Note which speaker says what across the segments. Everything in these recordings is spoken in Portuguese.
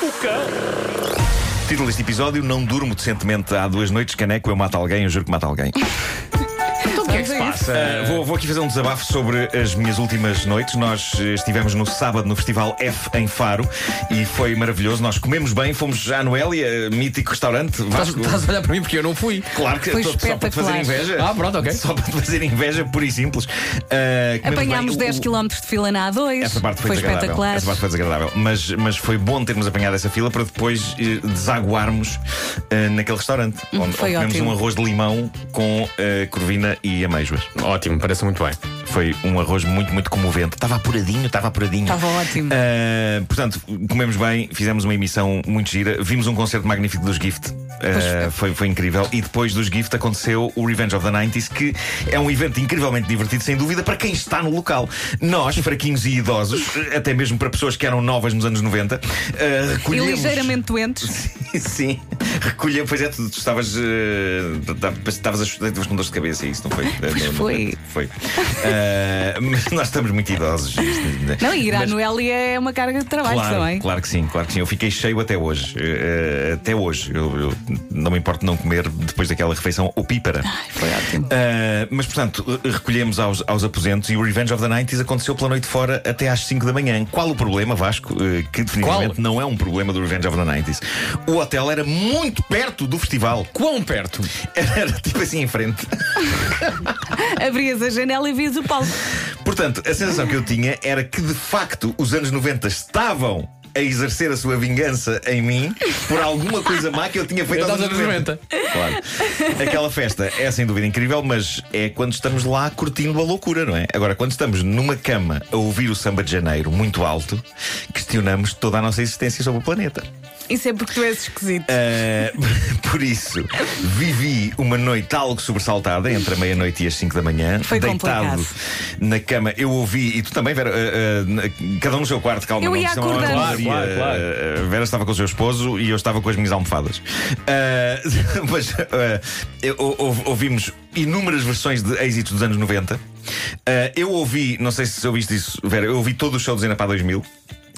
Speaker 1: boca.
Speaker 2: Título deste episódio: Não durmo decentemente há duas noites. Caneco, eu mato alguém, eu juro que mato alguém.
Speaker 1: Então o que é que se passa?
Speaker 2: Uh, vou, vou aqui fazer um desabafo sobre as minhas últimas noites. Nós eh, estivemos no sábado no Festival F em Faro e foi maravilhoso. Nós comemos bem, fomos à Noélia, eh, mítico restaurante.
Speaker 3: Estás,
Speaker 2: Vasco.
Speaker 3: estás a olhar para mim porque eu não fui.
Speaker 2: Claro que
Speaker 4: Foi
Speaker 2: tô- só para te fazer
Speaker 4: espetacular.
Speaker 2: inveja.
Speaker 3: Ah, pronto, ok.
Speaker 2: Só para te fazer inveja, pura e simples. Uh, comemos
Speaker 4: Apanhámos
Speaker 2: bem. O-
Speaker 4: 10 km de fila na A2.
Speaker 2: Essa parte foi, desagradável.
Speaker 4: espetacular.
Speaker 2: Essa parte foi desagradável. Mas, mas foi bom termos apanhado essa fila para depois eh, desaguarmos eh, naquele restaurante. onde, onde
Speaker 4: Uhum, foi
Speaker 2: comemos
Speaker 4: ótimo.
Speaker 2: um arroz de limão com eh, corvina e ameijoas.
Speaker 3: Ótimo, parece muito bem.
Speaker 2: Foi um arroz muito, muito comovente. Estava apuradinho, estava apuradinho.
Speaker 4: Estava ótimo.
Speaker 2: Ah, portanto, comemos bem, fizemos uma emissão muito gira, vimos um concerto magnífico dos Gift. Ah, foi, foi incrível. E depois dos Gift aconteceu o Revenge of the 90s, que é um evento incrivelmente divertido, sem dúvida, para quem está no local. Nós, fraquinhos e idosos, até mesmo para pessoas que eram novas nos anos 90, ah,
Speaker 4: E
Speaker 2: recolhemos.
Speaker 4: ligeiramente doentes.
Speaker 2: Sim, recolhemos. Pois é, tu, tu estavas. ah, estavas a chutar estavas com dores de cabeça, e isso não foi? Não- não-
Speaker 4: foi.
Speaker 2: Foi. Ah, mas nós estamos muito idosos.
Speaker 4: Não, e ir à
Speaker 2: Mas-
Speaker 4: Noélia é uma carga de trabalho
Speaker 2: Claro,
Speaker 4: também.
Speaker 2: claro que sim, claro que sim. Eu fiquei cheio até hoje. Eh, eh, até hoje. Eu, eu não me importo de não comer depois daquela refeição ou pípara.
Speaker 4: Foi ótimo.
Speaker 2: Eh, mas portanto, eh, recolhemos aos, aos aposentos e o Revenge of the 90s aconteceu pela noite fora até às 5 da manhã. Qual o problema, Vasco? Eh, que definitivamente
Speaker 3: Qual?
Speaker 2: não é um problema do Revenge of the 90s. O hotel era muito perto do festival.
Speaker 3: Quão perto?
Speaker 2: Era tipo assim em frente.
Speaker 4: Abrias a janela e vias o palco.
Speaker 2: Portanto, a sensação que eu tinha era que de facto os anos 90 estavam a exercer a sua vingança em mim por alguma coisa má que eu tinha feito
Speaker 3: Eu
Speaker 2: aos
Speaker 3: estava
Speaker 2: anos 90. Claro. Aquela festa é sem dúvida incrível, mas é quando estamos lá curtindo a loucura, não é? Agora, quando estamos numa cama a ouvir o samba de janeiro muito alto, questionamos toda a nossa existência sobre o planeta.
Speaker 4: Isso é porque tu és esquisito.
Speaker 2: Ah, Uh, por isso, vivi uma noite algo sobressaltada entre a meia-noite e as 5 da manhã,
Speaker 4: Foi
Speaker 2: deitado
Speaker 4: complicado.
Speaker 2: na cama. Eu ouvi, e tu também, Vera, uh, uh, cada um no seu quarto, calma,
Speaker 4: Eu
Speaker 2: não
Speaker 4: ia
Speaker 2: se chama uma
Speaker 4: acordando.
Speaker 2: covardia.
Speaker 3: Claro, claro, claro.
Speaker 2: Uh, Vera estava com o seu esposo e eu estava com as minhas almofadas. Uh, mas uh, eu- ou- ouvimos inúmeras versões de êxitos dos anos 90. Uh, eu ouvi, não sei se ouviste isso, Vera, eu ouvi todo o show do Zenapá 2000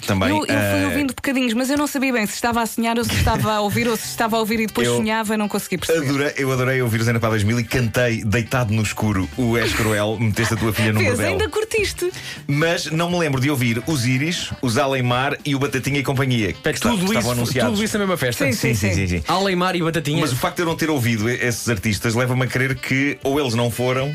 Speaker 2: também.
Speaker 4: eu, eu fui
Speaker 2: Uh,
Speaker 4: ouvindo bocadinhos, mas eu não sabia bem se estava a sonhar ou se estava a ouvir ou se estava a ouvir e depois
Speaker 2: Eu-
Speaker 4: sonhava, não consegui perceber.
Speaker 2: Adorei- eu adorei ouvir o Zena para 2000 e cantei deitado no escuro o És Cruel, meteste a tua filha no
Speaker 4: Fez,
Speaker 2: bordel.
Speaker 4: ainda curtiste.
Speaker 2: Mas não me lembro de ouvir os Íris, os Alemar e o Batatinha e Companhia. Que está-
Speaker 3: tudo,
Speaker 2: estavam
Speaker 3: isso,
Speaker 2: anunciados.
Speaker 3: tudo isso na mesma festa.
Speaker 4: Sim,
Speaker 2: Sim, sim, sim. sim.
Speaker 3: Alemar e batatinha.
Speaker 2: Mas o facto de eu não ter ouvido esses artistas leva-me a crer que ou eles não foram.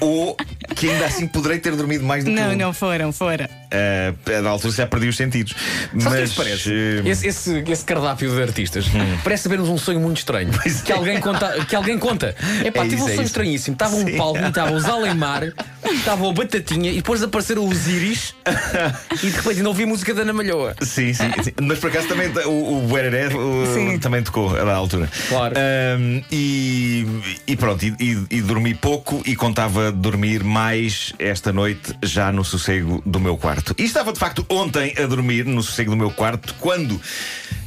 Speaker 2: Ou que ainda assim poderei ter dormido mais do que
Speaker 4: Não,
Speaker 2: um.
Speaker 4: não foram, fora.
Speaker 2: Ah, a da altura já perdi os sentidos.
Speaker 3: Sabe o que é
Speaker 2: Mas Hum.
Speaker 3: que parece?
Speaker 2: eh,
Speaker 3: Esse, esse, esse cardápio de artistas parece haver-nos um sonho muito estranho. Que alguém conta. Que alguém conta. Epá,
Speaker 2: É
Speaker 3: tive
Speaker 2: isso,
Speaker 3: um
Speaker 2: é
Speaker 3: sonho
Speaker 2: isso.
Speaker 3: estranhíssimo. Estava um
Speaker 2: Sim.
Speaker 3: palco, e estava os Alemar, estava o Batatinha e depois apareceram os Íris e de repente ainda ouvi a música da Ana Malhoa.
Speaker 2: Sim, sim, sim. Mas por acaso também o, o Bueraré o-
Speaker 4: Sim.
Speaker 2: também tocou a da altura.
Speaker 3: Claro.
Speaker 2: Ahm, e, e pronto, e, e- e dormi pouco e contava dormir mais esta noite já no sossego do meu quarto. E estava de facto ontem a dormir no sossego do meu quarto quando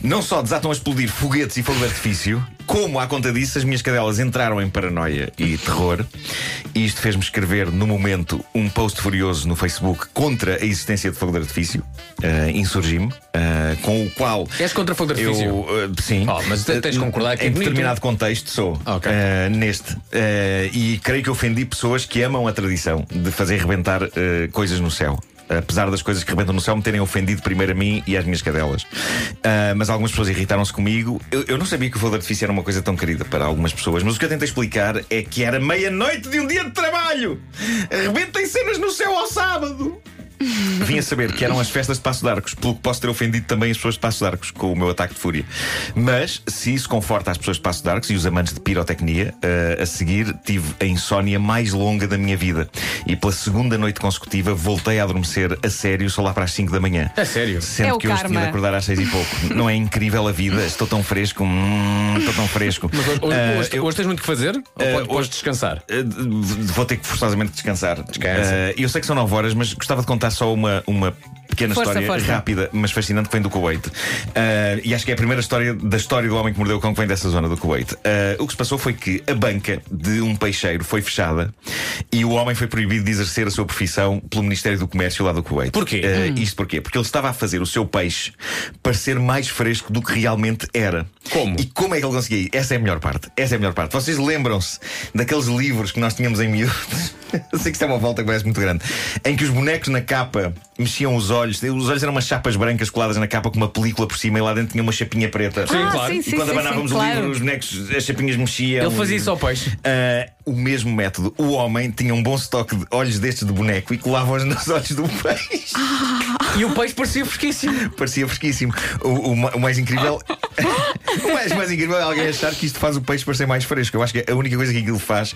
Speaker 2: não só desatam a explodir foguetes e fogo de artifício, como à conta disso as minhas cadelas entraram em paranoia e terror. E isto fez-me escrever no momento um post furioso no Facebook contra a existência de fogo de artifício. Ah, Insurgi-me, ah, com o qual.
Speaker 3: És contra fogo de artifício?
Speaker 2: Eu, ah, sim.
Speaker 3: Oh, mas te- tens de concordar que é
Speaker 2: Em
Speaker 3: bonito.
Speaker 2: determinado contexto sou.
Speaker 3: Ok.
Speaker 2: eh, neste. Eh, e creio que ofendi pessoas que amam a tradição de fazer rebentar eh, coisas no céu. Apesar das coisas que rebentam no céu me terem ofendido primeiro a mim e às minhas cadelas. Ah, mas algumas pessoas irritaram-se comigo. Eu, eu não sabia que o fogo de artifício era uma coisa tão querida para algumas pessoas, mas o que eu tentei explicar é que era meia-noite de um dia de trabalho! Rebentem cenas no céu ao sábado! Vim a saber que eram as festas de Passo de Arcos, pelo que posso ter ofendido também as pessoas de Passo de Arcos com o meu ataque de fúria. Mas, se isso conforta as pessoas de Passo de Arcos e os amantes de pirotecnia, eh, a seguir tive a insónia mais longa da minha vida. E pela segunda noite consecutiva voltei a adormecer a sério só lá para as 5 da manhã.
Speaker 3: É sério?
Speaker 2: Sendo
Speaker 4: É o
Speaker 2: que hoje tinha
Speaker 4: karma.
Speaker 2: de acordar às 6 e pouco. Não é incrível a vida? Estou tão fresco, hum, estou tão fresco.
Speaker 3: Mas hoje,
Speaker 2: Ah,
Speaker 3: hoje-
Speaker 2: eu-
Speaker 3: hoje tens muito o que fazer? ou
Speaker 2: eh,
Speaker 3: podes, podes
Speaker 2: hoje-
Speaker 3: descansar?
Speaker 2: eh, Vou ter que forçosamente descansar.
Speaker 3: Descansa.
Speaker 2: Eh, eu sei que são 9 horas, mas gostava de contar contar só uma, uma pequena
Speaker 4: Força,
Speaker 2: história
Speaker 4: força.
Speaker 2: rápida, mas fascinante, que vem do Kuwait. Ah, e acho que é a primeira história da história do homem que mordeu o cão que vem dessa zona do Kuwait. Ah, o que se passou foi que a banca de um peixeiro foi fechada e o homem foi proibido de exercer a sua profissão pelo Ministério do Comércio lá do Kuwait.
Speaker 3: Porquê?
Speaker 2: Ah,
Speaker 4: Hum.
Speaker 2: Isto porquê? Porque ele estava a fazer o seu peixe parecer mais fresco do que realmente era.
Speaker 3: Como?
Speaker 2: E como é que ele conseguia? isso? Essa é a melhor parte. Essa é a melhor parte. Vocês lembram-se daqueles livros que nós tínhamos em miúdos? Eu sei que isto é uma volta que parece muito grande. Em que os bonecos na capa mexiam os olhos. Os olhos eram umas chapas brancas coladas na capa com uma película por cima e lá dentro tinha uma chapinha preta.
Speaker 4: ah,
Speaker 3: claro.
Speaker 4: sim,
Speaker 2: E
Speaker 4: sim,
Speaker 2: quando
Speaker 4: sim,
Speaker 2: abanávamos
Speaker 4: sim,
Speaker 2: o
Speaker 4: claro.
Speaker 2: livro, os bonecos, as chapinhas mexiam.
Speaker 3: Ele fazia isso ao peixe.
Speaker 2: Ah, o mesmo método. O homem tinha um bom estoque de olhos destes de boneco e colava-os nos olhos do peixe.
Speaker 3: E o peixe parecia fresquíssimo.
Speaker 2: Parecia fresquíssimo. O, o ma- o mais incrível. o mais, mais incrível é alguém achar que isto faz o peixe parecer mais fresco. Eu acho que a única coisa que aquilo faz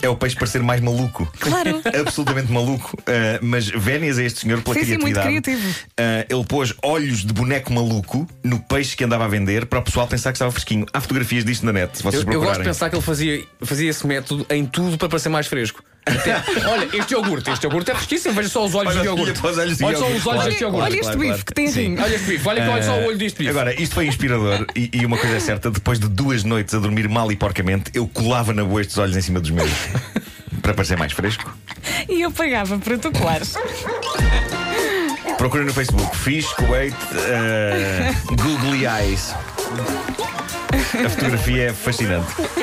Speaker 2: é o peixe parecer mais maluco.
Speaker 4: Claro.
Speaker 2: Absolutamente maluco. Uh, mas vénias a este senhor pela
Speaker 4: Sim, sim, muito
Speaker 2: criatividade.
Speaker 4: criativo.
Speaker 2: Uh, ele pôs olhos de boneco maluco no peixe que andava a vender para o pessoal pensar que estava fresquinho. Há fotografias disto na net, se
Speaker 3: Eu,
Speaker 2: vocês
Speaker 3: eu gosto de
Speaker 2: procurarem.
Speaker 3: pensar que ele fazia, fazia esse método em tudo para parecer mais fresco. Até- olha, este iogurte, este iogurte é fresquíssimo. Veja só os olhos
Speaker 2: Olha,
Speaker 3: do
Speaker 2: olha
Speaker 3: iogurte.
Speaker 2: para os olhos do
Speaker 3: olha só
Speaker 2: iogurte,
Speaker 3: os olhos
Speaker 2: claro,
Speaker 3: deste
Speaker 4: Olha,
Speaker 3: iogurte.
Speaker 4: olha este
Speaker 2: claro,
Speaker 4: bife
Speaker 2: claro.
Speaker 4: que tem
Speaker 2: Sim.
Speaker 4: assim.
Speaker 3: Olha este bife, olha que olha só o olho deste bife.
Speaker 2: Agora, isto foi inspirador e, e uma coisa é certa: depois de duas noites a dormir mal e porcamente, eu colava na boa estes olhos em cima dos meus. Para parecer mais fresco.
Speaker 4: assim. E eu pagava para tu colares.
Speaker 2: Procurem no Facebook Fish Kuwait eh, Googly Eyes. A fotografia é fascinante.